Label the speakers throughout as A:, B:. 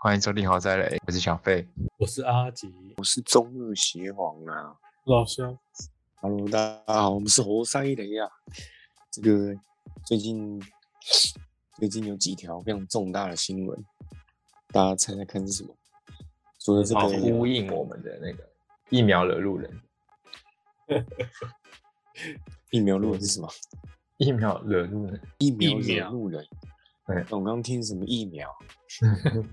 A: 欢迎收听《豪宅雷》，我是小费。
B: 我是阿吉，
C: 是中日协皇啊。
B: 老乡，
C: Hello，大家好，我们是活塞雷啊。这个最近最近有几条非常重大的新闻，大家猜猜看是什么？除了这
A: 嗯好，
C: 个
A: 呼应我们的那个疫苗惹路人，
C: 疫苗路人是什么？
A: 疫苗惹路人，
C: 疫苗
B: 疫苗
C: 惹路人。哦
A: 对
C: 我刚刚听什么疫苗？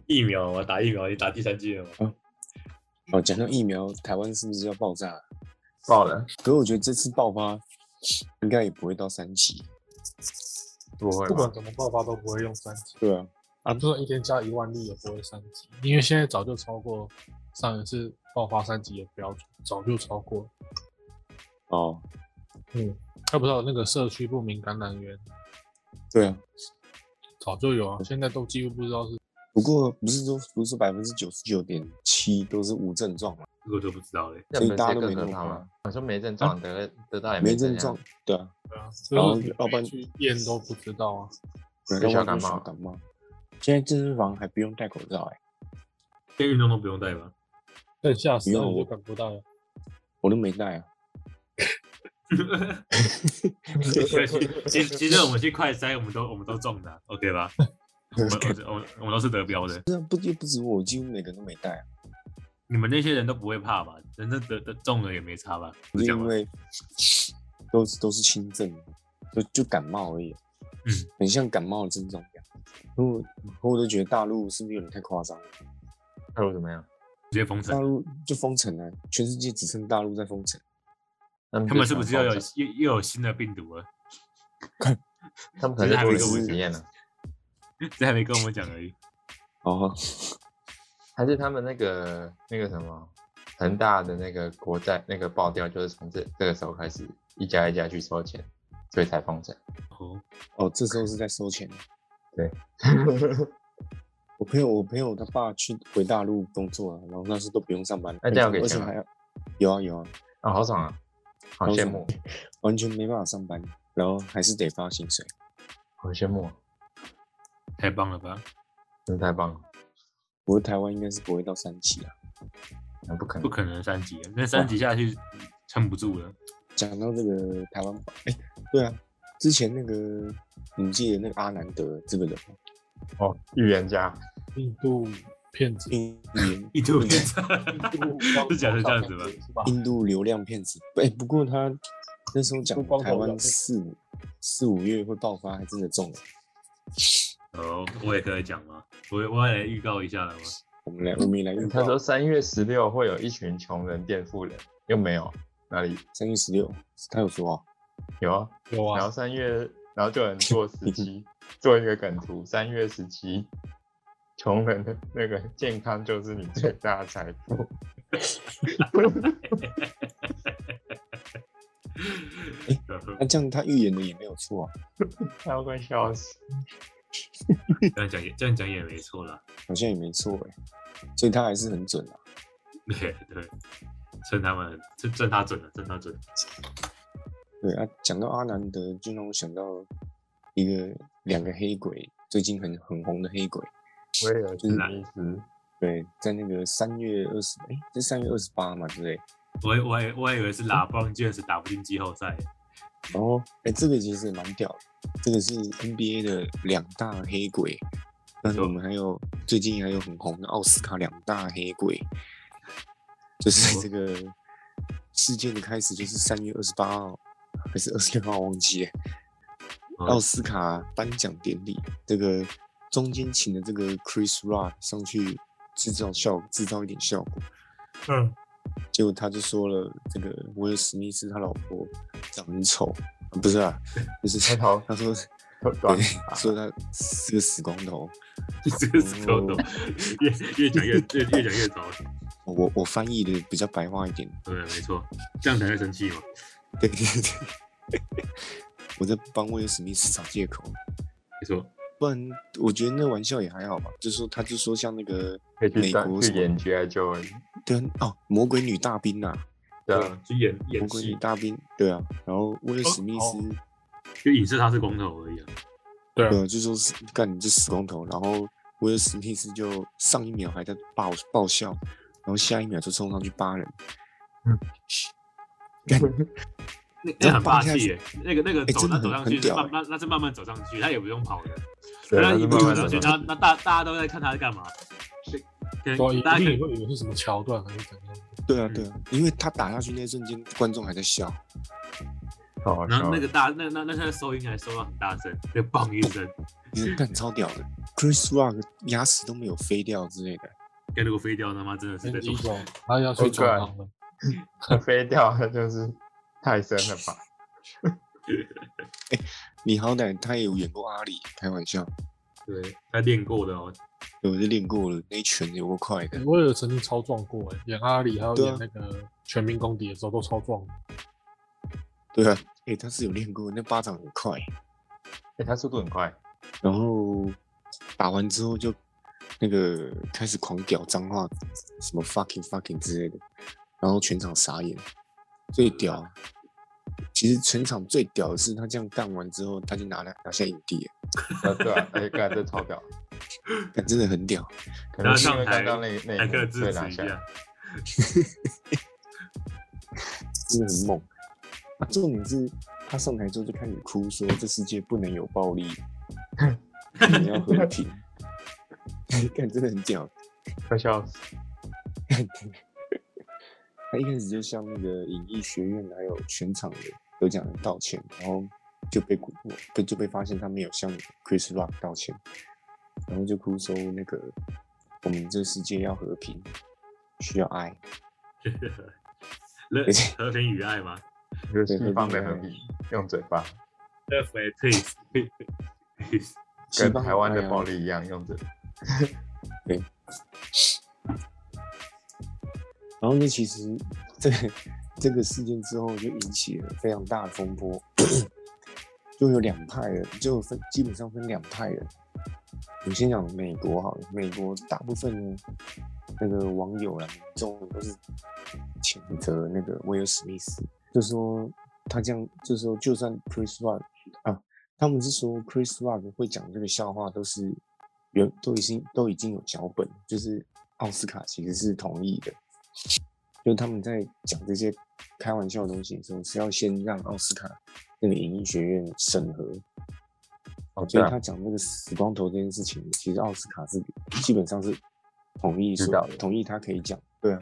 B: 疫苗啊，打疫苗，你打第三剂了吗？
C: 哦，讲到疫苗，台湾是不是要爆炸了？
A: 爆了，
C: 可我觉得这次爆发应该也不会到三级。
A: 不会
D: 不管
A: 吗？
D: 怎么爆发都不会用三级，
C: 对啊，
D: 啊，就算一天加一万例也不会三级，因为现在早就超过上一次爆发三级的标准，早就超过了。
C: 哦，
D: 嗯，他不是有那个社区不明感染源，
C: 对啊。
D: 早就有啊，现在都几乎不知道是
C: 不过不是说不是说百分之九十九点七都是无症状嘛，
B: 这个我就不知道了。
A: 那
C: 所以
A: 不是
C: 大家都
A: 更
C: 没
A: 可
C: 那么
A: 怕
C: 怕
A: 吗？我说没症状得得到也
C: 啊没
A: 怎
C: 症
A: 样
C: 状，，对啊，
D: 对啊，
C: 然后哦
D: 所以
C: 要不然
D: 去验都不知道啊。
C: 对
A: 跟
C: 要
A: 小
C: 外国
A: 感
C: 小
A: 冒啊
C: 感冒。现在健身房还不用戴口罩哎、
B: 连运动都不用带吧？
D: 更吓死
C: 没有
D: 人，我
C: 我
D: 就感不到了。
C: 我都没戴啊。
B: 其实其实我们去快筛，我们都我们都中的啊，OK 吧？我们我们我们我们都是得标的。
C: 那 不也不止我，几乎每个人都没戴、啊。
B: 你们那些人都不会怕吧？人家得得中了也没差吧？
C: 不
B: 是
C: 是
B: 这样
C: 因
B: 吗？
C: 为都是都是轻症，就就感冒而已。
B: 嗯，
C: 很像感冒的症状一样。如果我都觉得大陆是不是有点太夸张了？
A: 泰国怎么样？
B: 直接封
C: 大
B: 城，
C: 陆就封城了、全世界只剩大陆在封城。
A: 他
B: 他们是不是又有
A: 想放
B: 又又有新的病毒了？
A: 假他们可能
B: 其实还
A: 做了
B: 没跟我
A: 实
B: 讲
A: 验了，
B: 这还没跟我们讲而已。
C: 哦，
A: 还是他们那个那个什么恒大的那个国债那个爆掉，就是从这这个时候开始一家一家去收钱，所以才封城。
B: 哦，
C: 哦，这时候是在收钱。
A: 对，
C: 我朋友，我朋友他爸去回大陆工作啊了，然后那时候都不用上班，
A: 那这样有给
C: 而且
A: 钱吗
C: 还要有啊有啊，
A: 啊，好爽啊，好
C: 好
A: 羡
C: 爽
A: 慕，
C: 完全没办法上班，然后还是得发薪水。
A: 好羡慕啊，
B: 太棒了吧？
A: 真的太棒了，
C: 不过台湾应该是不会到三级啊。
A: 那不可
B: 不
A: 能。
B: 可能三级啊，那三级下去撑不住了。
C: 讲到这个台湾宝，哎、对啊，之前那个你记得那个阿南德这个人吗，
A: 哦，预言家，
D: 印度骗子，
C: 印 度
B: 印度变 成是讲成这样子吧？
D: 是吧？
C: 印度流量骗子。哎、不过他那时候讲
D: 光头
C: 台
D: 表
C: 湾
D: 妹
C: 四五四五月会爆发，还真的中了。
B: 哦，我也可以讲吗？我我也来预告一下了吗？
C: 我们来，我们也来预
A: 嗯他说
C: 告
A: 三月十六会有一群穷人垫付人，又没有哪里
C: 三月十六，他有说啊，
A: 有啊，
D: 有
A: 然
D: 啊
A: 后，三月，然后就有人做 十七，做一个梗图，三月十七，穷人的那个健康就是你最大的财富。
C: 那这样他预言的也没有错啊，
A: 他要快笑死！
B: 这样讲也这样讲也没错啦。
C: 好像也没错哎、所以他还是很准啊。
B: 对对，趁他们趁趁他准了，趁他准。
C: 对啊，讲到阿南德，就让我想到一个两个黑鬼，最近很很红的黑鬼，
A: 威尔史密斯，
C: 对，在那个三月二十，哎，是三月二十八嘛，对不对？
B: 我我也我还以为是拉布朗爵士打不进季后赛，
C: 然后，哎，这个其实也蛮屌的，这个是 NBA 的两大黑鬼，但是我们还有最近还有很红的奥斯卡两大黑鬼，就是这个事件的开始就是三月二十八号还是二十六号忘记了，
B: 嗯
C: 奥斯卡颁奖典礼，这个中间请的这个 Chris Rock 上去制造效制造一点效果，
D: 嗯，
C: 结果他就说了，这个威尔史密斯他老婆长得很丑，啊不是啊， 就是
A: 开头
C: 他说
A: 短
C: 对，说他是个死光头。
B: 这个时候都越越讲越越越讲越糟。
C: 我我翻译的比较白话一点，
B: 对，没错，这样才会生气嘛。
C: 对对对，我在帮威尔史密斯找借口，
B: 没错，
C: 不然我觉得那玩笑也还好吧。就说他就说像那个
A: 可以去
C: 美
A: 当
C: 国
A: 去
C: 什么
A: 演 G.I. Joe，
C: 对啊哦，魔鬼女大兵啊，
A: 对啊，，
B: 就演
C: 魔
B: 演
C: 鬼女
B: 戏，
C: 大兵，对啊，然后威尔史密斯。
B: 就影射他是光头而已啊。
D: 对啊，
C: 对，就说是干你这死光头，然后威尔史密斯就上一秒还在爆爆笑，然后下一秒就冲上去扒人。
D: 嗯，
C: 干
B: 那
C: 这
B: 那
C: 样
B: 很霸
C: 放下
B: 气耶，那个那个
C: 哎
B: 走
C: 真的
B: 那走
C: 很
B: 上
C: 很
B: 去，
C: 屌
B: 慢
C: 哎
B: 慢那是慢慢走上去，他也不用跑的，
A: 欸对，
B: 那
A: 他
B: 一
A: 是
B: 步
A: 慢慢
B: 走
A: 走
B: 上去，
A: 上
B: 那
A: 去
B: 那大大家都在看他在干嘛，对
D: 对啊，
B: 大家可
D: 一定也
B: 以
D: 会以为是什么桥段还是怎样。
C: 对啊
B: 嗯
C: 对啊，因为他打下去那一瞬间，观众还在笑。
A: 好好
B: 然后
A: 笑
B: 那。个大那那那他的收音还收到很大声，那个棒一声，
C: 你是干超屌的，Chris Rock 牙齿都没有飞掉之类的，
B: 跟如果飞掉他妈真的是在
D: 跟
B: 做哦
D: 一。种他要去
B: 啊
D: 转行了，
A: 飞掉了就是太深了吧？
C: 你好歹他也有演过阿里，开玩笑，
B: 对，他练过的哦，
C: 我是练过了，那一拳有过快的，
D: 欸我也曾经超撞过、欸，演阿里还有
C: 对啊
D: 演那个《全民公敌》的时候都超撞。
C: 对啊，哎、他是有练过，那巴掌很快，
A: 哎、他速度很快，
C: 然后打完之后就那个开始狂屌脏话，什么 fucking fucking 之类的，然后全场傻眼，最屌啊。其实全场最屌的是他这样干完之后，他就拿了拿下影帝了，
A: 啊对啊，哎、干这超屌，
C: 干真的很屌。
A: 可能
B: 然后
A: 是因
B: 上
A: 为
B: 台
A: 刚刚那那
B: 还
A: 一
B: 可
A: 幕
B: 以支
A: 被拿
B: 持一
A: 下
B: 下
A: 来，。
C: 真的很猛。啊、重点是他上台之后就开始哭说，这世界不能有暴力，我们要和平。 看，真的很屌。
A: 快笑死！
C: 他一开始就向那个影艺学院还有全场的得奖人道歉，然后就被鼓被就被发现他没有向 Chris Rock 道歉，然后就哭说那个我们这世界要和平，需要爱。
B: 乐和平与爱吗
A: 就是
C: 对
A: 西方的
C: 和
A: 和
C: 平
A: 平，用嘴巴，
B: ？Love and peace，peace
A: 跟台湾的暴
C: 力，
A: 力一样，用嘴巴。
C: 然后呢，其实 这个这个事件之后就引起了非常大的风波， 就有两派人，就分基本上分两派人。我先讲美国好了，美国大部分那个网友啦、民众都是谴责那个威尔史密斯，就说他这样，就说就算 Chris Rock 啊，他们是说 Chris Rock 会讲这个笑话都是有都已经都已经有脚本，就是奥斯卡其实是同意的，就是他们在讲这些开玩笑的东西的时候，是要先让奥斯卡那个影艺学院审核，
A: 哦，
C: 所
A: 对
C: 以
A: 啊
C: 他，讲那个死光头这件事情，其实奥斯卡是基本上是同意
A: 知
C: 说
A: 道的
C: 同意他可以讲，对啊。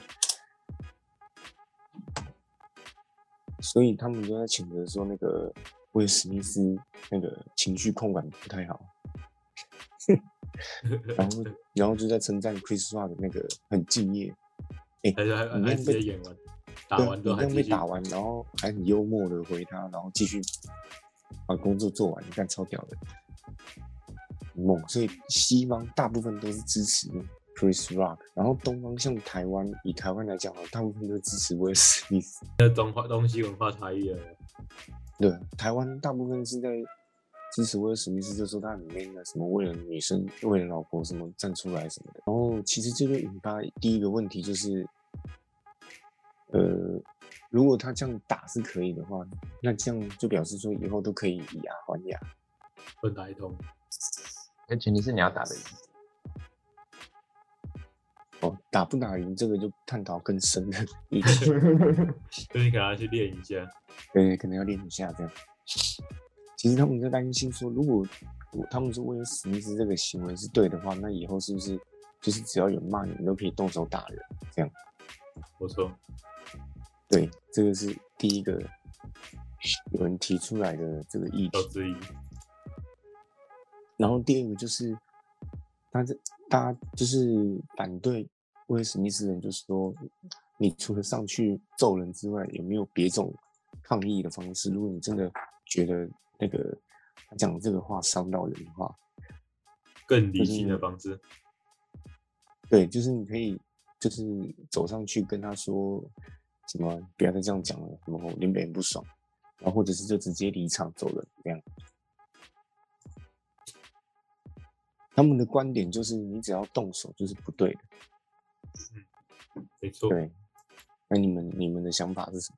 C: 所以他们就在谴责说那个威尔史密斯那个情绪控管不太好，然后然后就在称赞 Chris Rock 的那个很敬业，
B: 还是还
C: 你
B: 还
C: 看
B: 直
C: 被
B: 接演完，打
C: 对，
B: 完之
C: 你
B: 后还
C: 刚
B: 继
C: 被
B: 续
C: 打完，然后还很幽默的回他，然后继续把工作做完，你看超屌的，很猛。所以西方大部分都是支持 Chris Rock，然后东方像台湾，以台湾来讲，大部分都是支持威尔史密斯。
B: 东化东西文化差异了。
C: 对，台湾大部分是在支持威尔史密斯，就说他很 man 啊，什么为了女生、为了老婆什么站出来什么的。然后其实这就引发第一个问题就是，呃，如果他这样打是可以的话，那这样就表示说以后都可以以牙还牙。
B: 混打一通，
A: 哎，前提是你要打得赢。
C: 哦，打不打赢这个就探讨更深的 议题，
B: 所以你可能要去练一下。
C: 对，可能要练一下这样。其实他们在担心说，如果我他们说威尔史密斯这个行为是对的话，那以后是不是就是只要有骂你，你都可以动手打人？
B: 我说，
C: 对，这个是第一个有人提出来的这个议题
B: 要。质疑，
C: 然后第二个就是，他这大家就是反对威尔史密斯的人，就说你除了上去揍人之外，有没有别种抗议的方式？如果你真的觉得那个他讲这个话伤到人的话，
B: 更理性
C: 嗯
B: 的方式。
C: 对，就是你可以就是走上去跟他说什么，不要再这样讲了，什么我原本很不爽，然后或者是就直接离场走人这样。他们的观点就是，你只要动手就是不对的。
B: 没错，
C: 对，那你们你们的想法是什么？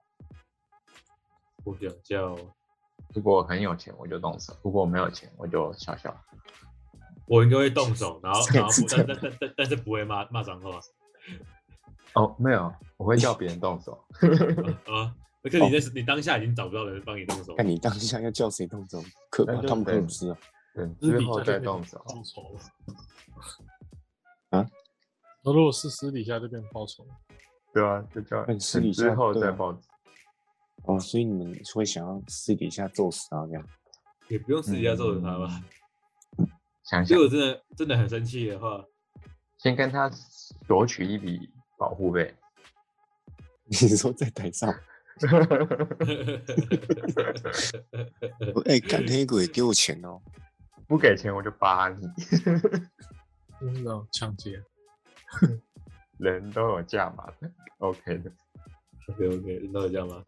B: 我想叫
A: 如果我很有钱，我就动手；如果我没有钱，我就笑笑。
B: 我应该会动手，然后
C: 这
B: 然
C: 个
B: 后
C: 是
B: 不但
C: 真的
B: 但但但但是不会骂骂脏话。
A: 哦，没有，我会叫别人动手。
B: 啊，可是你
C: 哦
B: 那时你当下已经找不到人帮你动手，
C: 看你当下要叫谁动手，可
A: 那就
C: 他们啊可
A: 等
C: 不知道。
A: 对，
D: 私
A: 之
D: 底
A: 后
D: 下
A: 再
D: 就变
A: 动
D: 成
A: 手。
D: 报仇了。
C: 啊？
D: 那如果是私底下就变报仇了，
A: 对啊，就叫
C: 但私底下
A: 之后
C: 对啊
A: 再报。
C: 哦，所以你们会想要私底下揍死啊他这样？
B: 也不用私底下揍他吧。
C: 嗯
A: 想
B: 如
A: 想，
B: 果真的真的很生气的 话，
A: 先跟他索取一笔保护费。
C: 你说在 台上，我哎，干黑鬼给我钱哦，
A: 不给钱我就扒你，
D: 就是那种抢劫。啊
A: 人都有价码的，OK 的。
B: OK OK，那我这样吧，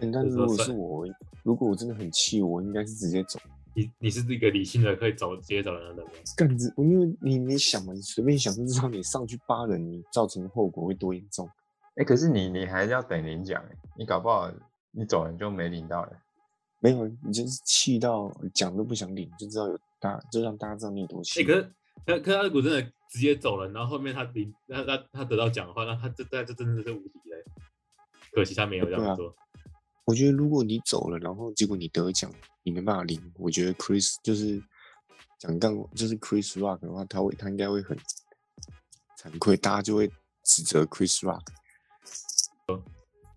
C: 嗯但
B: 这时
C: 是
B: 候
C: 如果是
B: 算
C: 我，如果我真的很气，我应该是直接走。
B: 你你是这个理性的，可以找直接找人的人吗？
C: 干子，因为你你想嘛，你随便想就知道，你上去扒人，你造成的后果会多严重。
A: 哎、可是你你还要等领奖欸，你搞不好你走了你就没领到了。
C: 没有，你就是气到讲都不想领，就知道有大，就让大家知道你有多气。
B: 哎、可是可可是阿古真的直接走了，然后后面他离他他他得到奖的话，那他这这这真的是无敌嘞。可惜他没有这
C: 对啊
B: 样做，
C: 我觉得如果你走了，然后结果你得奖，你没办法领，我觉得 Chris 就是讲干，就是 Chris Rock 的话，他会他应该会很惭愧，大家就会指责 Chris Rock。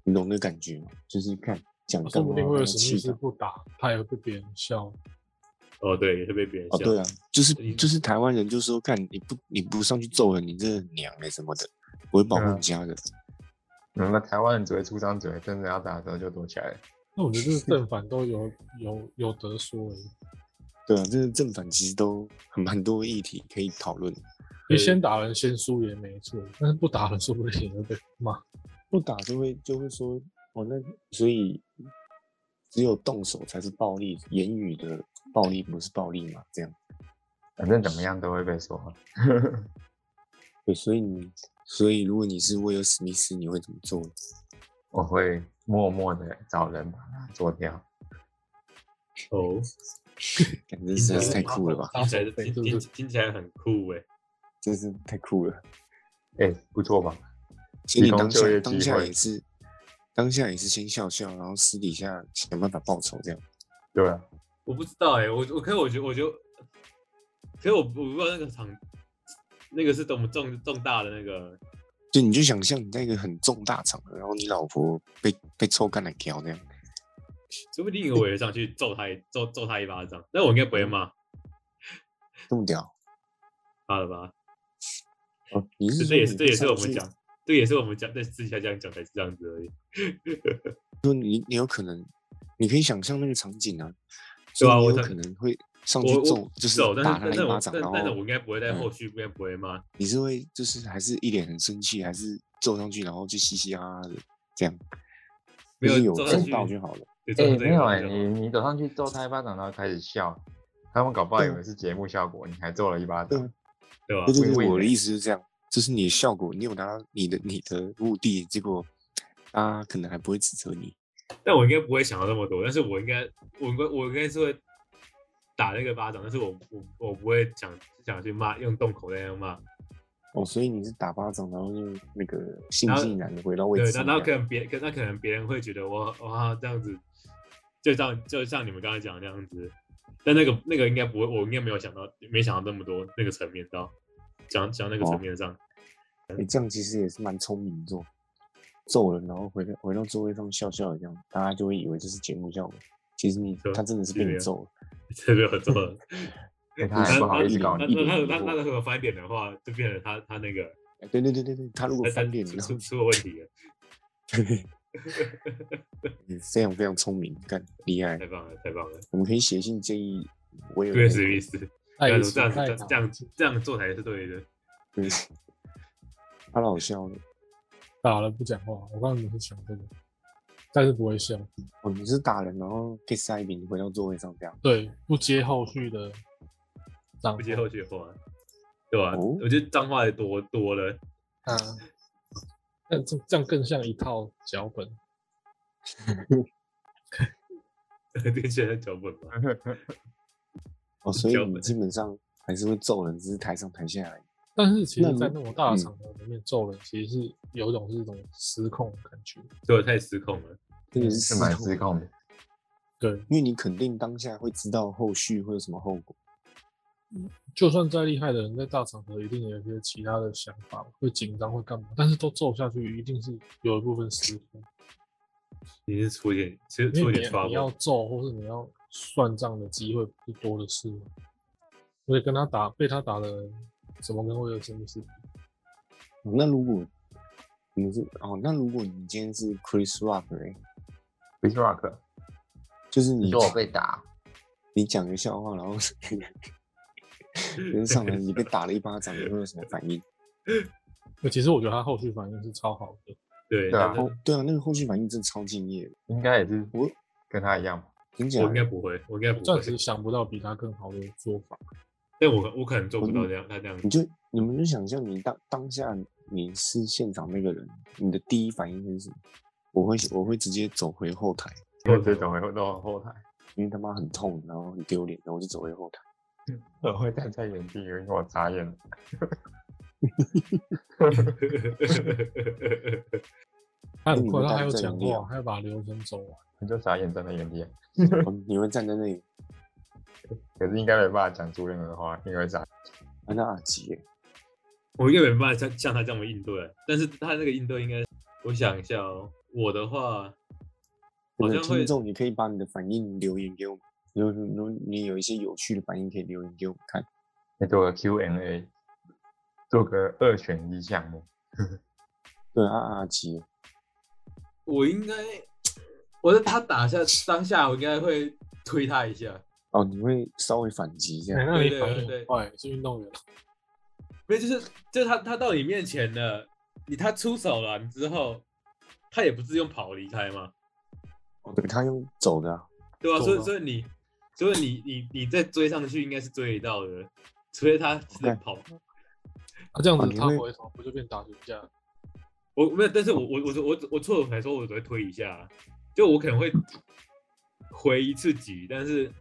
C: 你懂那感觉吗？就是看讲干
D: 嗯哦说
C: 话
D: 不定会有
C: 然后
D: 什么
C: 气啊
D: 意思
C: 到
D: 不打，他也会被别人笑。
B: 哦对，也是被别人笑。
C: 哦，对啊，就是
B: 你
C: 就是台湾人就说，看你不你不上去揍人，你这很娘哎、什么的，我会保护
A: 嗯
C: 你家人。
A: 你们台湾人只会出张嘴，真的要打的时候就躲起来了。
D: 那我觉 得就是正反都有有有得说而欸已。
C: 对啊，这正反其实都很蛮多议题可以讨论。
D: 你先打人先输也没错，但是不打人说不定也会被
B: 啊
D: 骂。
C: 不打就会就会说哦，那所以只有动手才是暴力，言语的暴力不是暴力嘛？这样
A: 反正怎么样都会被说。
C: 对，所以你所以如果你是威尔史密斯，你会怎么做呢？
A: 我会默默的找人把它做掉。
B: 哦，
C: 感觉实在是太酷了 吧！
D: 打
B: 听起
D: 手
B: 来
D: 背
B: 听
D: 是
B: 听
D: 不是？
B: 听起来很酷哎。
C: 真是太酷了。
A: 哎、不错吧？
C: 所以你
A: 提供
C: 当
A: 就业
C: 下
A: 机
C: 当下
A: 会
C: 也是当下也是先笑笑，然后私底下想办法报仇，这样
A: 对啊，
B: 我不知道哎、我我可是我觉得我觉得，可是我我不知道那个场，那个是多么重重大的那个，
C: 就你就想象你在一个很重大场合，然后你老婆被被抽干了条那样。
B: 说不定我也上去揍他一揍揍他一巴掌，但我应该不会骂，
C: 这么屌！
B: 骂了吧？
C: 哦，你
B: 这
C: 是
B: 这
C: 说
B: 也是
C: 你
B: 这也是
C: 上
B: 我们
C: 去
B: 讲，这也是我们讲在私底下这样讲才是这样子而已，
C: 说你你有可能，你可以想象那个场景啊，
B: 对啊
C: 所以你
B: 我
C: 有
B: 想
C: 可能会上去
B: 我
C: 揍
B: 我，
C: 就是
B: 揍，但
C: 打
B: 是
C: 他
B: 但
C: 一
B: 是
C: 巴
B: 我
C: 掌，
B: 但
C: 然
B: 但是我
C: 后
B: 应该不会在
C: 嗯
B: 后续应该不会骂，
C: 你是会就是还是一脸很生气，还是揍上去，然后就嘻嘻哈哈的这样，
B: 没
C: 就是有
B: 揍上
C: 揍
B: 去
C: 到就好了。
B: 对
A: 哎、
B: 揍到这
A: 没有
B: 个
A: 哎、
C: 欸
B: 地方
A: 你你走上去揍他一巴掌，然后开始笑，他们搞不好以
C: 对啊
A: 为是节目效果，你还揍了一巴
C: 对啊
A: 掌。
B: 对吧
C: 对？对
A: 会
C: 对，
A: 为
C: 我的
A: 你
C: 意思就是这样，就是你的效果，你有达到你的你的目的，结果啊可能还不会指责你。
B: 但我应该不会想到那么多，但是我应该我应该我应该是会打那个巴掌，但是我我我不会想想去骂，用洞口那样骂。
C: 哦，所以你是打巴掌，然后就那个兴
B: 然后
C: 致难的回到位
B: 对，
C: 置
B: 那
C: 上
B: 然后
C: 这
B: 可
C: 样。
B: 能别，可那可能别人会觉得我哇这样子，就像就像你们刚才讲的那样子，但那个那个应该不会，我应该没有想到，没想到那么多那个层面到讲讲那个
C: 哦
B: 层面上，
C: 你、这样其实也是蛮聪明做，揍了然后回到回到座位上笑笑的这样，大家就会以为这是节目效果。其实你
B: 对
C: 他真的是被
B: 对
C: 你
B: 啊
C: 揍了，
B: 这没有 做。
A: 哎他还不好意思
C: 哦
A: 搞
B: 那
A: 你，
B: 那那那那那如果翻脸的话，就变成他他那个
C: 哎对对对对对，他如果
B: 他他
C: 翻脸，
B: 出
C: 然后
B: 出出了问题了，
C: 嗯非常非常聪明，干厉害
B: 太。棒了太棒了，
C: 我们可以写信建议威尔
B: 对
C: 那
B: 史
C: 个
B: 密斯。
D: 爱
B: 要
D: 也
B: 是啊这样子这
D: 爱
B: 样这样这样做才是对的。
C: 对，他老笑了。
D: 打了不讲话。我刚刚也是想这个，但是不会笑。
C: 哦，你是打人，然后被塞饼回到座位上这样。
D: 对，不接后续的脏话，
B: 不接后续的话，对吧、
C: 哦
B: 我觉得脏话也多多了，
D: 啊。
C: 嗯
D: 但这这样更像一套脚本，
B: 听起来很脚本嘛。
C: 哦，所以
B: 脚
C: 哦你
B: 本
C: 基本上还是会揍人，只是台上台下而已。
D: 但是其
C: 那
D: 实，
C: 如嗯
D: 在那种大的场合里面揍人，其实是有一种是一种失控的感觉。
B: 对，太失控了。
C: 真的
A: 嗯是蛮失控的。
D: 对，
C: 因为你肯定当下会知道后续会有什么后果。
D: 就算再厉害的人，在大场合一定有一些其他的想法，会紧张，会干嘛？但是都揍下去，一定是有一部分失控，
B: 你是出一点，其实
D: 因
B: 出
D: 为
B: 一点
D: 你你要
B: trouble，
D: 揍或是你要算账的机会不多的是，所以跟他打，被他打的人，怎么跟会有什么事？
C: 哦那如果你是哦，那如果你今天是 Chris Rock，、欸、
A: Chris Rock，
C: 就是
A: 你
C: 你
A: 说我被打，
C: 你讲个笑话，然后 人上来你被打了一巴掌，你会有什么反 应？
D: 那其实我觉得他后续反应是超好的，
B: 对，
A: 对啊
B: 但是
C: 哦，对啊，那个后续反应真的超敬业的，
A: 应该也是
C: 我
A: 跟他一样吧？
C: 真假
B: 我应该
C: 的？
B: 不会，我应该不
D: 暂
B: 会
D: 时，想不到比他更好的做法。
B: 但我我可能做不到这样，他这样
C: 你就你们就想象你当当下你是现场那个人，你的第一反应是什么？我会我会直接走回后台，
A: 因为这种会都很后台，
C: 因为他妈很痛，然后很丢脸，然后我就走回后台。
A: 我会站在原地，因为我眨眼了。
C: 嗯
D: 他
C: 那
D: 很
C: 你
D: 快，
C: 们
D: 他
C: 到底
D: 还有
C: 在
D: 讲
C: 努力
D: 话，
C: 啊
D: 还要把流程走啊完。
A: 你就傻眼站在原地，
C: 你会站在那里，
A: 可是应该没办法讲出任何话，因为傻。
C: 啊那阿吉耶，
B: 我应该没办法像像他这么应对，但是他那个应对应该，我想一下哦，我的话好
C: 我们
B: 像
C: 的
B: 会
C: 听众也可以把你的反应留言给我们，如果如果你有一些有趣的反应可以留言给我们看。
A: 你做个 Q&A，做个二选一项目，
C: 对啊阿吉耶，
B: 我应该，我在他打下当下，我应该会推他一下。
C: 哦，你会稍微反击这
D: 哎
C: 样。
D: 那你
B: 对
D: 反
B: 对
D: 应
B: 对
D: 很快，是运动员。啊
B: 没有，就是就是他他到你面前了，你他出手了，你之后他也不是用跑离开嘛，
C: 哦，对，他用走的、啊，
B: 对吧、
D: 懂
B: 所以
D: 了
B: 所以你所以你你你再追上去，应该是追得到的，除非他只能
C: OK
B: 跑。
D: 他这样
C: 哦
D: 子
C: 你
D: 他
C: 会
D: 回头不就变打群架？
B: 我没有，但是我我我我我错了，才说我只会推一下，就我可能会回一次级，但是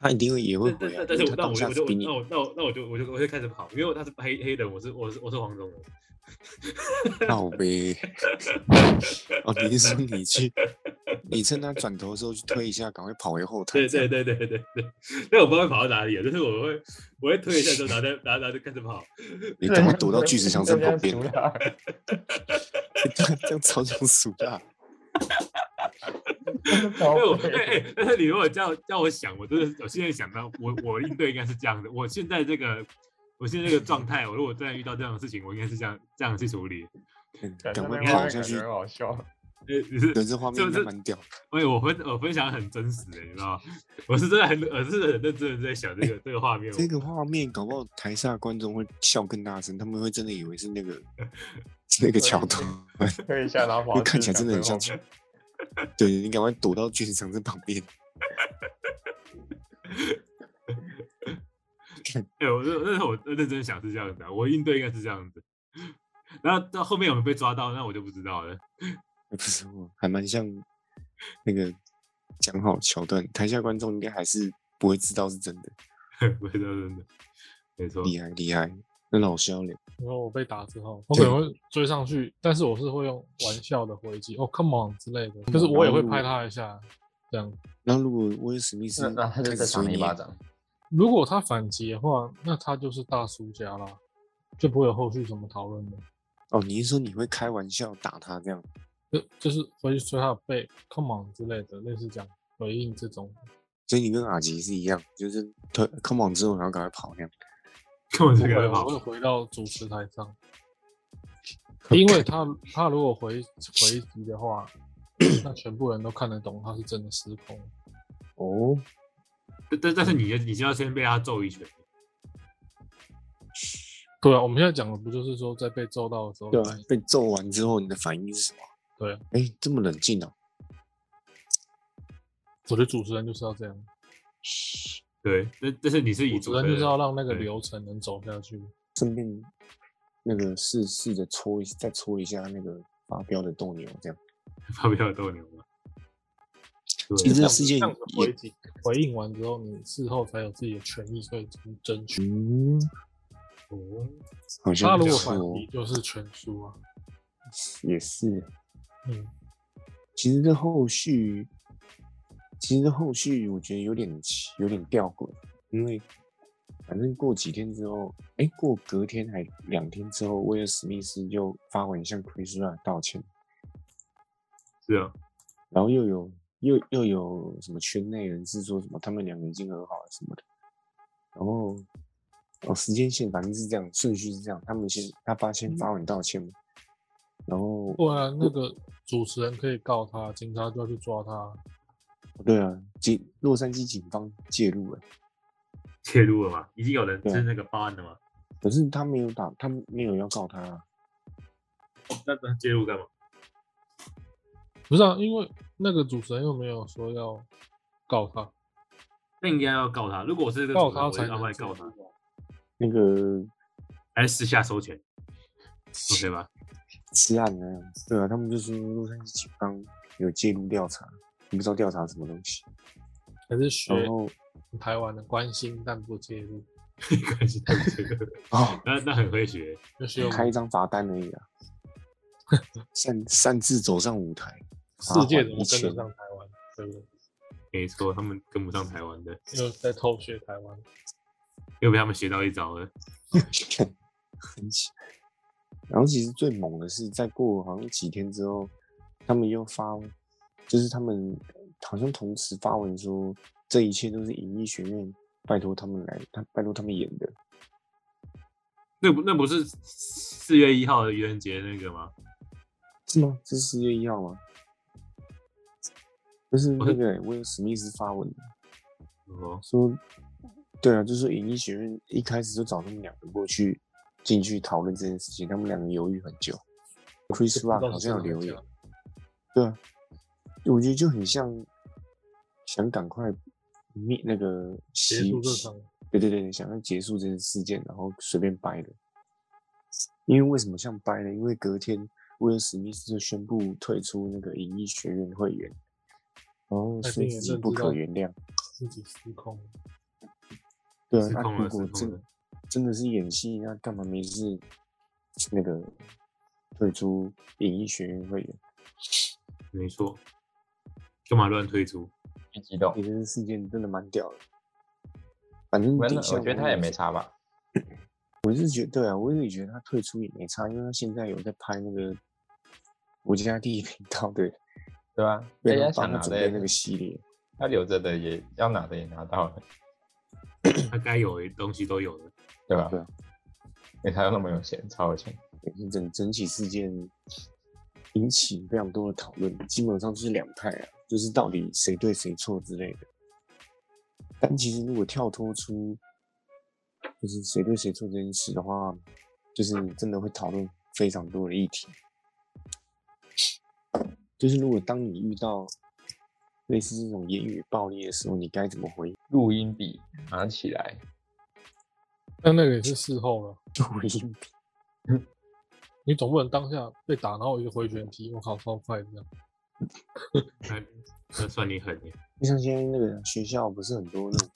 C: 他一定会也会
B: 但
C: 回
B: 但
C: 来
B: 但，但是
C: 因
B: 我那
C: 为他
B: 我
C: 当
B: 就
C: 下
B: 我
C: 是
B: 就
C: 比你
B: 那我那我那我就我就我就开始跑，因为他是黑黑人，我是我是我是黄种人，
C: 靠呗。哦，你是说你去，你趁他转头的时候去推一下，赶快跑回后台。
B: 对对对对对对， 但我不知道会跑到哪里啊，就是我会我会推一下之后，然后再然后然后就开始跑，
C: 你赶快躲到巨石强森旁 边，
A: 这样子
C: 这样超像鼠大。
A: 啊
B: 对，我 哎哎，但是你如果叫叫我想，我真的是我现在想到，我我应对应该是这样的。我现在这个我现在这个状态，我如果真的遇到这样的事情，我应该是这样这样去处理。
A: 感觉
C: 嗯赶快
A: 那个画
C: 跑
A: 面
C: 下
A: 感
C: 去
A: 觉，很好笑。
B: 呃，你是
C: 对，这画面应
B: 就
C: 该
B: 是
C: 蛮屌。
B: 哎，我分我分享得很真实的，欸你知道吗？我是真的很我是很认真的在想这
D: 哎
B: 个这个画面。
C: 这个画面搞不好台下观众会笑更大声，他们会真的以为是 那个那个桥段。
A: 推一下，然后跑
C: 因为
A: 到
C: 看起来
A: 巨
C: 真的
A: 人
C: 很像
A: 后
C: 球
A: 面。
C: 对，你赶快躲到巨石强森旁边。
B: 哎，我认但是我认真想是这样子、啊，我应对应该是这样子。然后到后面有没有被抓到，那我就不知道了。
C: 不是我，还蛮像那个讲好桥段，台下观众应该还是不会知道是真的，
B: 不知道真的，没错。
C: 厉害厉害，那老肖嘞，
D: 然后我被打之后，我可能会追上去，但是我是会用玩笑的回击，哦，come on 之类
C: 嗯
D: 的，就是我也会拍他一下。这样，
C: 然后如果威尔史密斯
A: 那那他就
C: 开
A: 再
C: 始
A: 赏
C: 追
A: 你一，
C: 你
A: 巴掌。
D: 如果他反击的话，那他就是大输家啦，就不会有后续什么讨论的。
C: 哦，你是说你会开玩笑打他这样？
D: 就呃就是回去追他的背，come on 之类的，类似这样回应这种。
C: 所以你跟阿吉是一样，就是推 come on 之后，然后赶快跑那样。
B: 跟我
D: 不
B: 这
D: 会，
B: 个
D: 我会
B: 好，
D: 回到主持台上，因为他他如果回回击的话，那全部人都看得懂他是真的失控。
C: 哦，
B: 但但但是你你就要先被他揍一拳。
D: 对啊，我们现在讲的不就是说在被揍到的时候，
C: 对啊，被揍完之后你的反应是什么？
D: 对啊，
C: 哎，这么冷静哦。
D: 我觉得主持人就是要这样，
B: 对，但但是你是以
D: 主
B: 主
D: 持
B: 持
D: 人就是要让那个
B: 对
D: 流程能走下去。
C: 顺便那个试试着搓一再 搓一下那个发飙的斗牛这样。
B: 发表斗牛嘛？
C: 其实
D: 这
C: 这
D: 样
C: 世界
D: 这样子
C: 也
D: 回击回应完之后，你事后才有自己的权益可以去争取。
C: 嗯，
B: 哦，
C: 好
D: 他
C: 像
D: 如
C: 不
D: 果
C: 错
D: 反
C: 哦，
D: 击就是全输啊。
C: 也是。
D: 嗯，
C: 其实这后续，其实这后续我觉得有点奇有点吊诡，因为反正过几天之后，哎、过隔天还两天之后，威尔史密斯就发文向 Chris Rock 道歉，
B: 是啊，
C: 然后又有又又有什么圈内人士说什么他们两个已经和好了什么的，然后哦时间线反正是这样，顺序是这样，他们先他发先发文道歉嘛，然后哦
D: 不然那个主持人可以告他，警察就要去抓他。
C: 对啊，警洛杉矶警方介入了。
B: 切入了嘛，已经有人
C: 对啊
B: 是那个报案了嘛，
C: 可是他没有打，他没有要告他、啊。
B: 哦那那介入干嘛？
D: 不是啊，因为那个主持人又没有说要告他，
B: 那应该要告他。如果我是这个
D: 告
B: 主人
D: 他
B: 我
D: 才
B: 就要
D: 能
B: 外告他，
C: 那个
B: 还是私下收钱，OK 吧？
C: 吃案呢？对啊，他们就说洛杉矶警方有介入调查，不知道调查什么东西。
D: 还是学
C: 然后
D: 台湾的关心但不介入，
B: 没关系，他们这个
C: 哦，
B: 那那很会学，
D: 就是有
C: 开一张罚单而已啊，擅擅自走上舞台，
D: 世界怎
C: 怎
D: 么跟得上台湾，对不对？
B: 没错，他们跟不上台湾的，
D: 又在偷学台湾，
B: 又被他们学到一招了。
C: 神奇。然后其实最猛的是，在过好像几天之后，他们又发，就是他们好像同时发文说，这一切都是演艺学院拜托他们来，他拜托他们演的。
B: 那不那不是四月一号的愚人节那个吗？
C: 是吗？这是四月一号吗？就是那个欸威尔史密斯发文
B: 哦，
C: 说，对啊，就是演艺学院一开始就找他们两个过去进去讨论这件事情，他们两个犹豫很久。Chris
D: 不知
C: Rock
D: 道
C: 好
D: 是
C: 像有
D: 真的
C: 留
D: 假
C: 言
D: 的，
C: 对啊，我觉得就很像想赶快灭那个
D: 结
C: 洗
D: 束这场
C: 对对对，想要结束这件事件，然后随便掰的。因为为什么像掰呢？因为隔天威尔史密斯就宣布退出那个影艺学院会员，然后
D: 那
C: 说
D: 你也
C: 自己
D: 认
C: 不
D: 知
C: 可
D: 到
C: 原谅。
D: 自己失控，
C: 对啊，
B: 失
C: 那
B: 控
C: 如
B: 了，失控
C: 果
B: 了
C: 真。真的是演戏，那干嘛没事那个退出影艺学院会员？
B: 没错，干嘛乱退出？
A: 一激动
C: 你，这个事件真的蛮屌的。反正
A: 反正
C: 底下
A: 我觉得他也没
C: 差。
A: 差吧，
C: 我是觉得，对啊，我也觉得他退出也没差，因为他现在有在拍那个国家地理频道的，
A: 对吧？
C: 为
A: 人
C: 了
A: 家想
C: 帮他
A: 拿
C: 准
A: 的
C: 备那个系列。
A: 他留着的也要拿的也拿到了，
B: 他该有的东西都有了。
A: 对吧？
C: 对啊
A: 因为他又那么有钱，超有钱，
C: 也是整整起事件引起非常多的讨论，基本上就是两派啊，就是到底谁对谁错之类的。但其实如果跳脱出就是谁对谁错这件事的话，就是你真的会讨论非常多的议题。就是如果当你遇到类似这种言语暴力的时候，你该怎么回
A: 录音笔拿起来，
D: 但那个也是事后了。
C: 回应？
D: 你总不能当下被打，然后一个回旋踢，我靠，超快这样。
B: 那那算你狠 耶！
C: 就像现在那个学校不是很多那种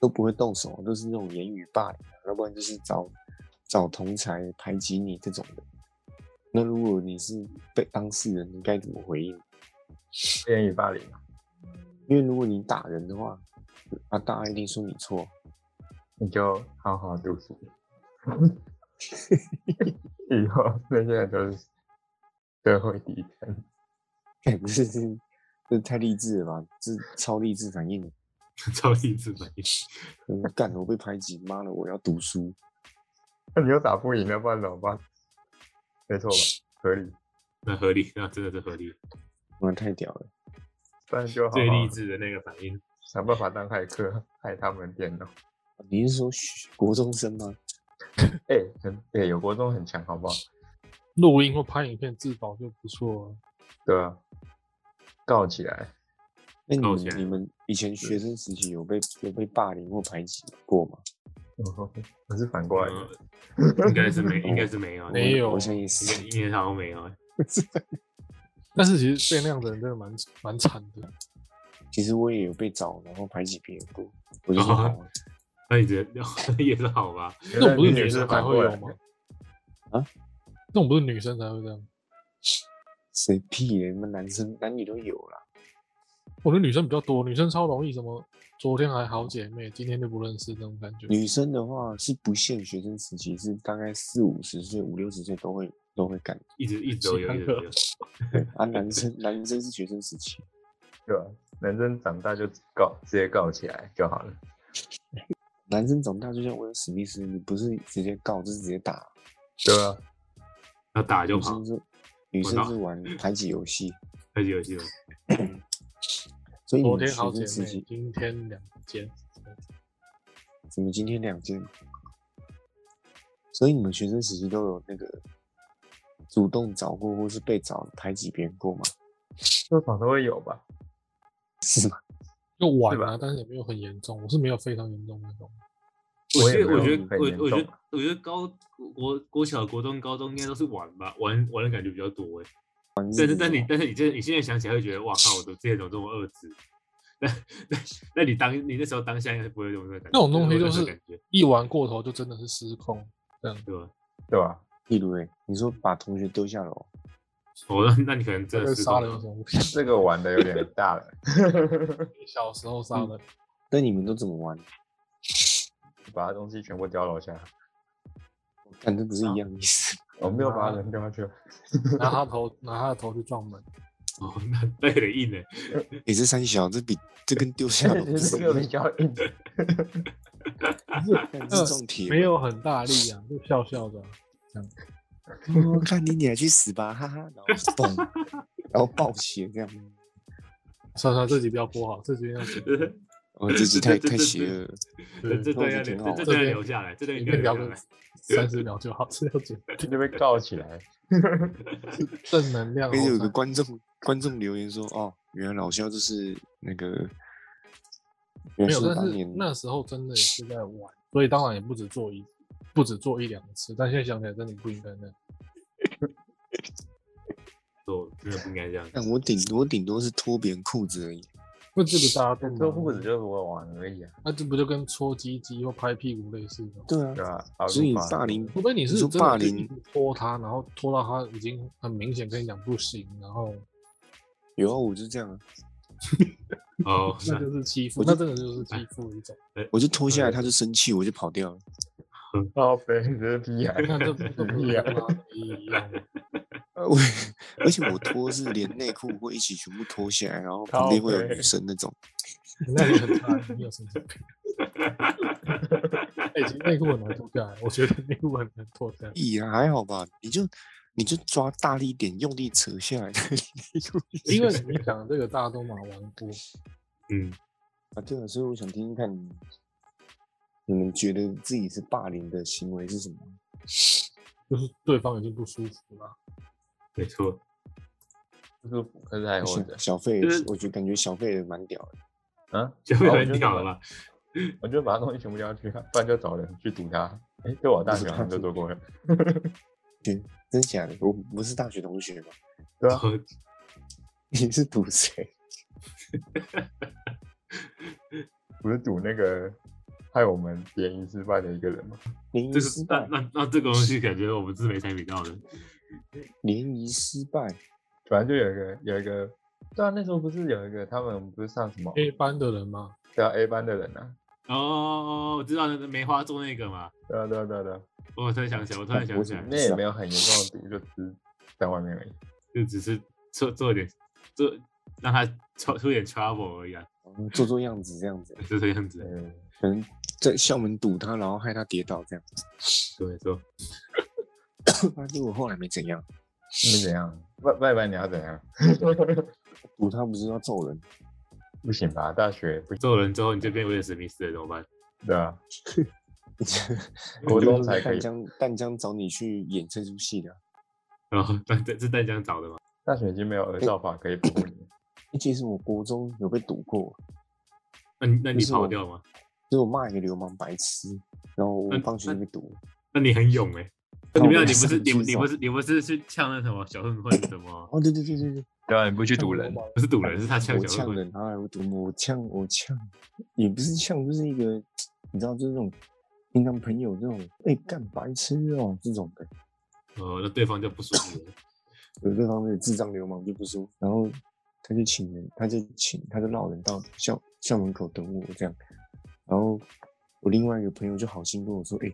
C: 都不会动手，都是那种言语霸凌啊，要不然就是找找同才排挤你这种的。那如果你是被当事人，你该怎么回应？
A: 言语霸凌啊，
C: 因为如果你打人的话，啊，大家一定说你错，
A: 你就好好读书。 以后那些人都是社会底层，
C: 哎不是这这太励志了吧？这超励志反应。
B: 超励志反应，
C: 嗯干、我被排挤，妈的，我要读书。
A: 那你又打不赢，那不然怎么办？没 错吧？合理，
B: 那合理， 那真的是合理，
C: 哇，太屌了！
A: 不然就好
B: 最
A: 好
B: 励志的那个反应。
A: 想办法当骇客，害他们电脑。
C: 你是说学国中生吗？
A: 哎、很哎、有国中很强，好不好？
D: 录音或拍影片自保就不错了。
A: 对啊，告起来，
C: 那你
B: 搞
C: 们
B: 起来
C: 你们以前学生时期有被有被霸凌或排挤过吗？
A: 哦我是反过来的，
B: 嗯，应该是 没，应该是没有，
D: 没有
C: 我想也
B: 应该
C: 是。
B: 应该好像没有。
D: 但是其实被那样的人真的蛮蛮惨的，
C: 其实我也有被找，然后排挤别人过，我就说好啊，
B: 那你觉得也是好吧？
D: 那种不是
A: 女
D: 女
A: 生
D: 生
A: 反
D: 才会
A: 过
D: 有
A: 来
D: 吗？？
C: 啊？
D: 那种不是女生才会这样？
C: 谁屁嘞？你们男生男女都有啦。
D: 我觉得女生比较多，女生超容易什么，昨天还好姐妹，今天就不认识那种感觉。
C: 女生的话是不限学生时期，是大概四五十岁、五六十岁都会都会感
B: 一 直一直都有有有有，
C: 觉啊。男生男生是学生时期，
A: 对吧？男生长大就告直接告起来就好了。
C: 男生长大就像威尔史密斯，你不是直接告，就是直接打。
A: 对啊，
B: 要打就
C: 女
B: 跑
D: 嗯
C: 生，是女
B: 我
C: 生
B: 打
C: 是玩排挤游戏，
B: 开始有戏了。
C: 所以你
D: 昨
C: 们
D: 天
C: 学
D: 好
C: 生
D: 姐
C: 时
D: 妹
C: 期，
D: 今天两间，
C: 怎么今天两件？所以你们学生时期都有那个主动找过，或是被找排挤别人过吗？
A: 多少都会有吧。
C: 是吗？
D: 就晚
A: 是
D: 啊，但是也没有很严重，我是没有非常严重那种。
B: 我
A: 我
B: 觉
A: 也
B: 得，
A: 没
B: 我
A: 有很，严
B: 觉得我我觉
A: 重
B: 得，我觉得高国国小、国中、高中应该都是玩吧，玩玩的感觉比较多哎。但是，但你，但是你这你现在想起来会觉得，哇靠，我都之前怎么这么恶质？ 那那那你当你那时候当下应该不会有这种感觉，
D: 那种东西
B: 就
D: 就是是
B: 感觉，
D: 一玩过头就真的是失控，
B: 对吧？
A: 对吧？
C: 例如欸，你说把同学丢下楼，
B: 哦，那那你可能真
D: 就
B: 的
D: 是
B: 是
D: 杀人凶手。
A: 这个玩的有点大了，
D: 小时候杀
C: 嗯
D: 人，
C: 那你们都怎么玩？
A: 把他东西全部丢楼下，
C: 反正不是一样意思。
A: 我没有把他人丢下 去。
D: 拿他头拿他的头去撞门，
B: 哦，那那有点硬 哎。
C: 也是三小，这比这跟丢下 楼不是
A: 这个比较硬，
C: 干这种题
D: 没有很大力啊，就笑笑的啊、
C: 我哦 看你你还去死吧，哈哈，然后嘣，然后暴血这样。
D: 算了算了，这集不要播好，这集要剪掉
C: 哦，这集太太邪恶了，
B: 这这
C: 那
B: 段
C: 我觉
B: 要
C: 得
B: 留，
C: 挺好
B: 这这
D: 这
B: 段要
D: 边
B: 留下来，这段
D: 里
B: 应该
D: 面聊
B: 留下
D: 个
B: 来。
D: 三十秒就好，这要剪 掉
A: 就被告起 来。
D: 正能量。
C: 而且有个
D: 好
C: 观众观众留言说，哦，原来老肖就是那个，原
D: 没
C: 来
D: 有，但
C: 当
D: 是
C: 年
D: 那时候真的也是在玩，所以当然也不止做一，不止做一两次。但现在想起来，真的不应该那样。
B: 错，真的不应该这样。
C: 但我顶多顶多是脱别人裤子而已，
D: 不，这个大家都
A: 脱
D: 忙
A: 裤子，就是我玩而已啊，
D: 那这不就跟搓鸡鸡或拍屁股类似的吗？
C: 对啊
A: 对，吧？好
C: 所以
A: 就放
C: 霸凌
D: 除非你是
C: 你说
D: 真的
C: 霸
D: 去
C: 凌
D: 一直拖他，然后拖到他已经很明显跟你讲不行，然后
C: 有啊，我就这样啊，
B: 哦，
D: 那
B: 那
D: 就是欺负，
C: 我就
D: 那真的就是欺负一种。
C: 我就脱
D: 嗯
C: 下来，他就生气，我就跑掉了。
A: 靠背，你这是屁啊 孩，
D: 那这不就不
A: 一
D: 是
A: 样
D: 跟拉一样吗？
C: 呃，我而且我脱是连内裤会一起全部脱下来，然后旁边会有
A: 靠
C: 女
A: 北
C: 生 那种。
D: 那你很大，你有神经病。哎，其实内裤很难脱下来，我觉得内裤很难脱下来。
C: 也哎还好吧，你就你就抓大力一点，用力扯下 来
D: 因为你讲这个大家都马玩过，
B: 嗯，
C: 啊，对啊，所以我想听听看你，你们觉得自己是霸凌的行为是什么？
D: 就是对方已经不舒服了，
B: 没错。
A: 不舒服，可是还活着
C: 小。小费
B: 哎就是，
C: 我觉得感觉小费蛮屌的。
A: 啊，
B: 就被
A: 好我
B: 人
A: 就
B: 屌
A: 把
B: 了吧？
A: 我就把他东西全部丢下去，不然就找人去堵他。哎，这我大学好像就做 过了，
C: 真假的？我不是大学同学吗？
A: 对
B: 然
A: 啊，
B: 后
C: 你是赌谁？
A: 不是堵那个害我们联谊失败的一个人吗？
C: 联谊
B: 这是
C: 失
B: 那
C: 败，
B: 那那这个东西感觉我们是没参与到的。
C: 联谊失败，
A: 反正就有一个有一个，对啊，那时候不是有一个他们不是上什么
D: 一般的人嘛，
A: 对啊 A 班的人啊，
B: 哦，我知道那个梅花座那个嘛，
A: 对啊对啊对啊对啊，
B: 我突然想起来，我突然想起来，
A: 那也没有很严重的堵，就只是在外面而已。
B: 就只是做做一点做让他出出点 trouble 而已啊，
C: 嗯做做样子这样子，
B: 就这样子。
A: 嗯，
C: 可能在校门堵他，然后害他跌倒这样。
B: 对，没错。
C: 但是我后来没怎样，
A: 那怎样？外外班你要怎样？
C: 堵他不是要揍人？
A: 不行吧？大学不
B: 做人之后你就变威尔史密斯了，怎么办？
A: 对啊，
C: 我
A: 国中才可
C: 淡
A: 以，
C: 江淡江找你去演这出戏的啊。
B: 然后但哦这是淡江找的嘛？
A: 大学已经没有儿少法可以保护你。
C: 欸其实我国中有被堵过，
B: 那你那你
C: 不是
B: 跑
C: 我
B: 掉吗？
C: 就是我骂一个流氓白痴，然后我
B: 嗯那
C: 放学就被堵。
B: 那你很勇哎，你没有，你不
C: 上
B: 是
C: 去
B: 你不你
C: 找
B: 不是你不是去呛那什么小混混什 么？
C: 哦，对对对对对，
A: 对啊，你不去堵人，
B: 不是堵人，是他呛
C: 我
B: 小
C: 呛
B: 混混。
C: 人，他还会读我呛我呛，也不是呛，就是一个你知道，就是那种平常朋友这种，哎、干白痴哦这种的，
B: 呃，那对方就不舒 服了。
C: 有这方面的智障流氓就不舒服，然后他就请人，他就请他就绕人到校校门口等我这样，然后我另外一个朋友就好心跟我说，哎、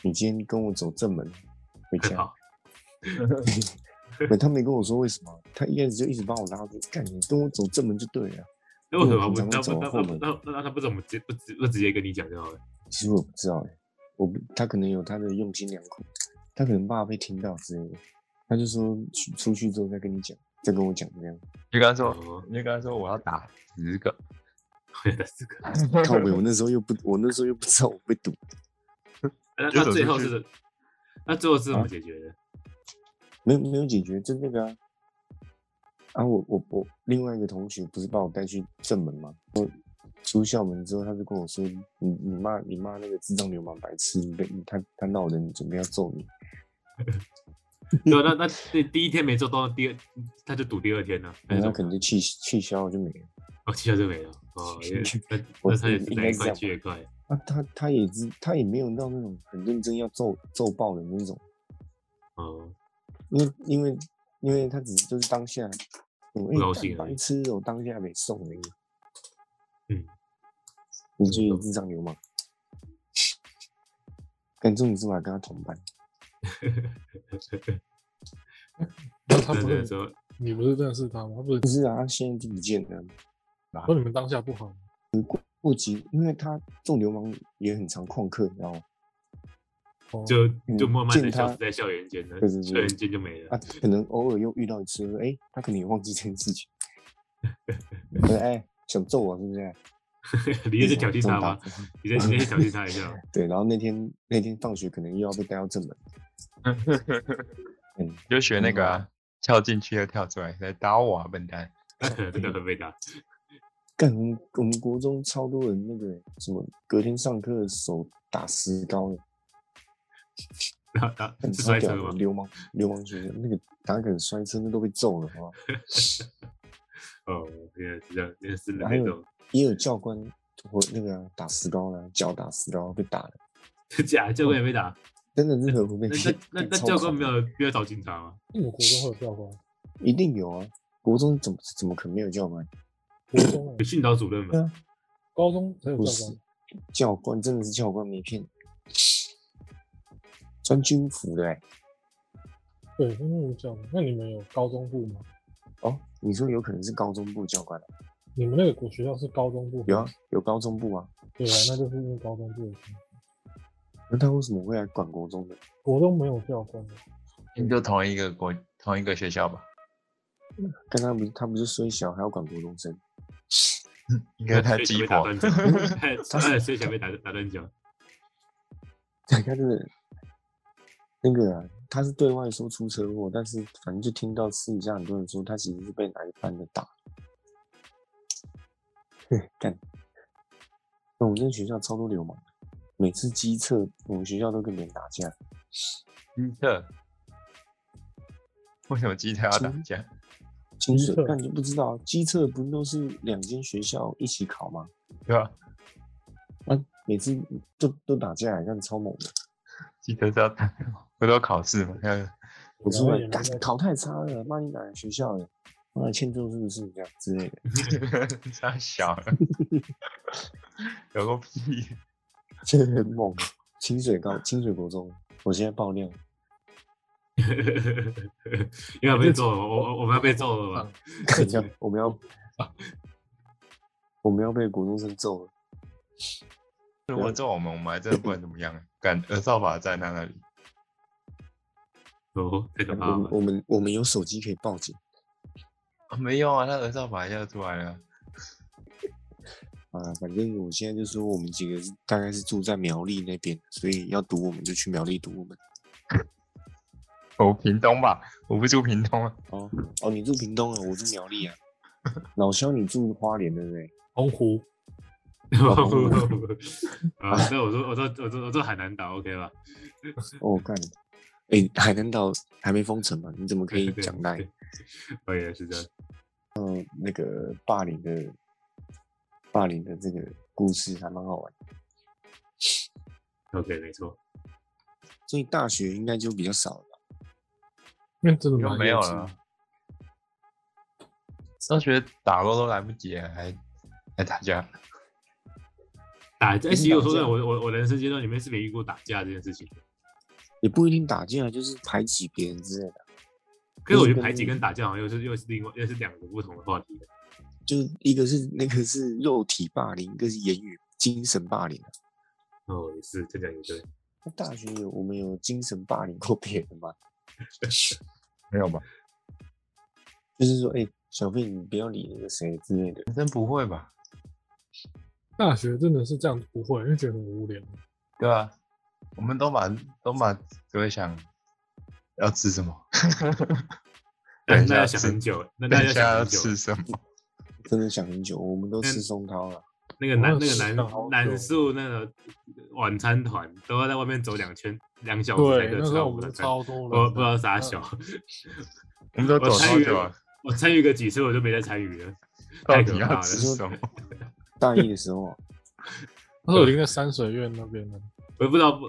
C: 你今天跟我走正门回
B: 很
C: 家，
B: 好，
C: 对，他没跟我说为什么，他一开始就一直把我拉住，干你跟我走正门就对了。
B: 那为什么不
C: 因为
B: 那
C: 我平常
B: 不
C: 会
B: 那
C: 走后
B: 不
C: 门
B: 那那那他不怎么直不直不直接跟你讲就好了？
C: 其实我不知道哎、我不他可能有他的用心良苦，他可能怕被听到之类的，他就说去出去之后再跟你讲，再跟我讲这样。
A: 你就跟他
C: 啊
A: 说，
B: 哦，
A: 你就跟他说我要打十个，
B: 原来是这个。
C: 靠北，我那时候又不，我那时候又不知道我被堵，
B: 那
A: 就
B: 那
A: 走
B: 最
A: 出
B: 后
A: 去
B: 是，那最后是怎
C: 啊
B: 么解决的？
C: 没有没有解决，就那个啊，啊我我我另外一个同学不是把我带去正门吗？我出校门之后，他就跟我说，你你骂你骂那个智障流氓白痴，你被他他闹人，准备要揍你。
B: 对啊，那那那第一天没做到，第二他就赌第二天呢，那
C: 然
B: 就怎
C: 后他
B: 么
C: 可能就气气消就没了。
B: 哦，气消就没了。 哦，因为那
C: 我
B: 那他也是
C: 应
B: 来得
C: 该是这
B: 快
C: 样
B: 去也快。
C: 啊，他他也知，他也没有到那种很认真要揍揍爆的那种，
B: 哦，
C: 因为因为因为他只是就是当下，我
B: 高
C: 哎、
B: 兴
C: 干
B: 而
C: 白
B: 已
C: 痴哦，当下没送而已。
B: 嗯，
C: 你觉得智障流氓？但重点是我还跟他同班，
D: 那他
B: 那
D: 不
B: 那个
D: 是
B: 时候
D: 你不是认识他吗？他不是
C: 不是啊，他现在就不见了。
D: 说你们当下不好吗，
C: 不急，因为他做流氓也很常旷课，你知道吗？
D: 哦
B: 就
C: 嗯
B: 就慢慢的
C: 见他
B: 消失在校园间了
C: 对对，对
B: 校园间就没了
C: 啊。，可能偶尔又遇到一次，哎、他可能也忘记这件 事情。可能哎、想揍我是不是？
B: 你
C: 一
B: 也是挑衅他吗？？你再你再去挑衅他一下。
C: 对，然后那天那天放学可能又要被带到正门，嗯，
A: 你就学那个、啊、跳进去又跳出来，来打我啊，笨蛋！
B: 他可能真的很被打，
C: 干我们我们国中超多人那个什么，隔天上课手打石膏的，
B: 然后他
C: 很
B: 是
C: 超
B: 摔车
C: 屌的
B: 吗？
C: 流氓流氓学生，那个打个人摔车那都被揍了，好不好？
B: 哦，原来是这样，原来是
C: 还
B: 那
C: 有
B: 种
C: 也有教官我那个啊、打石膏啦、脚打石膏被打的，
B: 假教官也被打。
C: 真的哦是很会被
B: 那
C: 骗
B: 那那那
C: 干超
B: 教官
C: 惨
B: 没有没有找警察吗？
D: 我国中会有教官，
C: 一定有啊，国中怎么怎么可能没有教官？
D: 国中啊
B: 有训导主任
C: 对
B: 吗？
C: 啊，
D: 高中才有
C: 不
D: 教
C: 是
D: 官，
C: 教官，真的是教官没骗，穿军服的、欸。
D: 对，因为有教官。那你们有高中部吗？
C: 哦，你说有可能是高中部教官啊？
D: 你们那个国学校是高中部？
C: 有啊，有高中部啊。
D: 对啊，那就是因为高中部的关系
C: 那他为什么会来管国中的？
D: 国中没有教官的，
A: 你就同一个国同一个学校吧，
C: 刚刚不是他不是虽小还要管国中生？
A: 应该太
B: 所以才
A: 鸡
B: 被打
A: 婆
B: 断
A: 了。
B: 脚，哎哎，所以才被打打断脚。
C: 他真的那个、啊，他是对外说出车祸，但是反正就听到私底下很多人说他其实是被哪一班的打。 干，那我们这个学校超多流氓，每次机测我们学校都跟别人打架。
A: 鸡特，为什么鸡特要打架？
C: 清水
D: 机测
C: 那你就不知道，机测不是都是两间学校一起考吗？
A: 对吧？
C: 啊，每次都都打架，这样超猛的。
A: 鸡特是要打， 不都考试吗？要
C: 我
D: 然
C: 出
D: 后
C: 来
D: 也没
C: 干
D: 在
C: 考太差了，骂你哪个学校的，骂你欠揍是不是这样之类的，
A: 太小 了，有个 屁！
C: 真的很猛。清水高，清水国中，我现在爆料，
B: 因为我被揍了，我我我们要被揍了吧？
C: 看一下我们要，我们要被国中生揍了。
A: 如果揍我们，我们还真的不能怎么样。敢儿少法在他那里，
C: 嗯
B: 哦，太可怕
C: 我们
B: 了！
C: 我们我们有手机可以报警
A: 啊没用啊，他儿少法要出来了。
C: 啊，反正我现在就说我们几个是大概是住在苗栗那边，所以要堵我们就去苗栗堵我们。
A: 我屏东吧，我不住屏东啊。
C: 哦哦，你住屏东啊，我住苗栗啊。 老肖，你住花莲对不对？
D: 洪湖
C: 嗯
B: 哦 啊，那我说我说我说我说海南岛 OK 吧？
C: 哦，干，哎、海南岛还没封城嘛？你怎么可以讲那
B: 对，我也哦是这样。
C: 那个霸凌的霸凌的这个故事还蛮好玩的？
B: OK，没错，
C: 所以大学应该就比较少了吧。
D: 那真的
A: 又
D: 蛮
A: 没有
D: 幼稚
A: 了。上学打过都来不及了，还还打架，
B: 打架。哎，其实我说真的，
C: 打架
B: 我我我人生阶段里面是没遇过打架这件事情的。
C: 也不一定打架，就是排挤别人之类的，
B: 可是我觉得排挤跟打架好像又是又是另外又是两个不同的话题。
C: 就是一个是那个是肉体霸凌，一个是言语精神霸凌啊。
B: 哦，也是这讲也对。
C: 那大学有我们有精神霸凌过别人吗？
A: 没有吧？
C: 就是说，哎、小费你不要理那个谁之类的。
A: 男生不会吧？
D: 大学真的是这样不会，因为觉得很无聊。
A: 对啊，我们都把都把只会想要吃什么，
B: 那
A: 等一
B: 那要
A: 下
B: 想
A: 吃
B: 很久，那那
A: 等
B: 要
A: 一下
B: 想
A: 要
B: 很久。
A: 吃什么？
C: 真的想很久，我们都
B: 但
C: 吃松涛了。
B: 那个男
D: 我
B: 那
D: 也
B: 个
D: 是
B: 男
D: 想好久
B: 男宿那个晚餐团都要在外面走两圈两小时才
D: 对，
B: 能
D: 那
B: 吃
D: 时
B: 到
D: 候我
B: 午餐
D: 们都。超多人的，
B: 我不知道啥小，
A: 嗯我们都走
B: 我参
A: 多
B: 与
A: 久了？
B: 我参与个几次我就没再参与了。
A: 到
B: 太可
A: 底
B: 怕
A: 要
B: 了
A: 吃什么？
C: 大一的时候啊，
D: 那时候已经在山水院那边了。
B: 我也不知道不，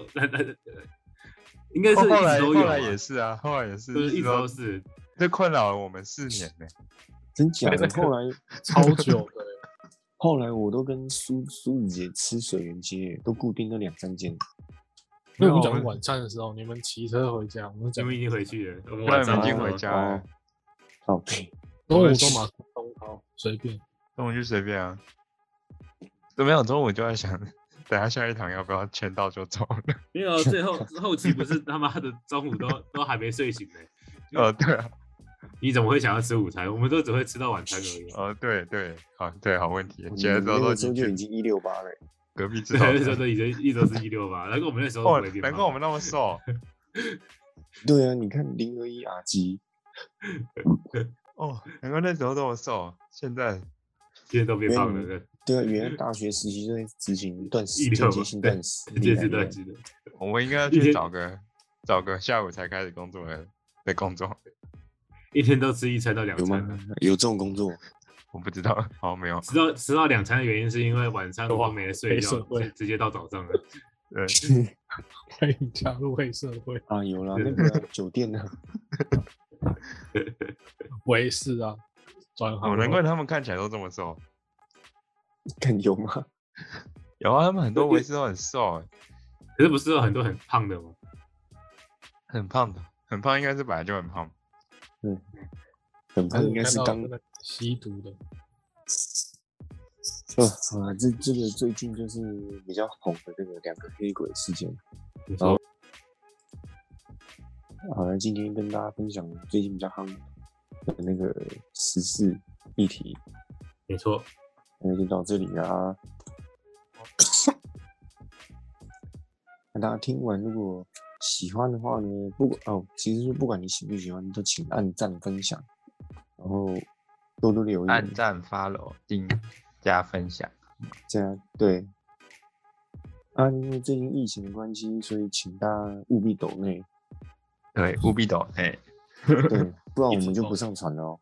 B: 应该是一
A: 后来
B: 直都
A: 后
B: 有
A: 来也
B: 啊，
A: 是啊，后来也是，
B: 就是一直都是。
A: 这困扰了我们四年呢、
C: 真假的？后来
D: 超久的欸，
C: 后来我都跟苏苏子姐吃水源街，都固定那两三间。
D: 因为
A: 没有
D: 我们
A: 我
D: 讲
A: 们
D: 晚餐的时候，你们骑车回家，我们
B: 你
D: 讲
B: 们已经回去了，我们
A: 后来
B: 晚
A: 我们
B: 上
A: 已经
C: 啊
A: 回家了、
C: 哦哦，对，
D: 中午都马东涛随便，
A: 中午就随便啊，都没有中午就在想， 等下下一堂要不要签到就走 了。
B: 没有最后后期不是他妈的中午都都还没睡醒呢，
A: 哦，对啊，
B: 你怎么会想要吃午餐？我们都只会吃到晚餐而已。
A: 哦，对对，好对，好问题。起来
C: 我
A: 之
C: 们
A: 后都
C: 那个
A: 已
C: 时
A: 经
C: 候就已
A: 去
C: 经一六八了欸。
A: 隔壁吃
B: 对，
A: 早
B: 那时候
A: 餐。
B: 都已经一周是一六八，难怪我们那时候
A: 哦
B: 不会，变
A: 难怪
B: 胖
A: 我们那么瘦。
C: 对啊，你看零二一阿基，
A: 哦，难怪那时候这么瘦，现在
B: 现在都变胖
C: 没
B: 了，
C: 对啊，原来大学时期就在执行断食，
B: 168
C: 间接性断食，
B: 这是段记
C: 食。
B: 得。
A: 我们应该要
B: 一天
A: 去找个找个下午才开始工作的的工作。
B: 一天都吃一餐到两
C: 有吗
B: 餐的。？
C: 有这种工作？
A: 我不知道，好像没有。
B: 吃到吃到两餐的原因是因为晚上
D: 哇
B: 都没睡
D: 黑
B: 觉
D: 社，会
B: 直直接到早上了。
A: 对，
D: 欢迎加入黑社会，
C: 啊，有啦，
B: 对
C: 那个啊酒店呢？
D: 维是啊，转行
A: 哦，
D: 后
A: 难怪他们看起来都这么瘦。
C: 看有吗？
A: 有啊，他们很多维斯都很瘦，欸
B: 可是不是有很多很胖的吗？
A: 很胖的，很胖，应该是本来就很胖。
C: 很
D: 还
C: 胖，应该
D: 嗯看
C: 是
D: 到
C: 刚
D: 真的吸毒的，
C: 呃啊，这这个最近就是比较红的这个两个黑鬼事件。
B: 你
C: 好
B: 说
C: 好，那今天跟大家分享最近比较夯的那个时事议题，
B: 没错，
C: 那就到这里啦。那大家听完如果喜欢的话呢，不管哦，其实是不管你喜不喜欢，都请按赞分享，然后多多留言
A: 按，赞、发楼、订、加分享。
C: 这样对。啊，因为最近疫情的关系，所以请大家务必抖 内，
A: 对，务必懂 哎。
C: 对，不然我
D: 一直
C: 们就
D: 抖
C: 不上传了哦。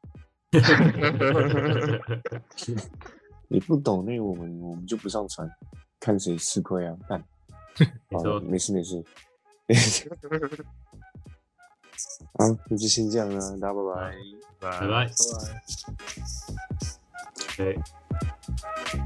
C: 你不抖内我们，我们就不上传，看谁吃亏啊！干，
B: 没
C: 好
B: 错
C: 了，没事没事。 好，那就先这样了，大家拜拜。
A: 拜
B: 拜拜。
D: 拜拜。
B: 对。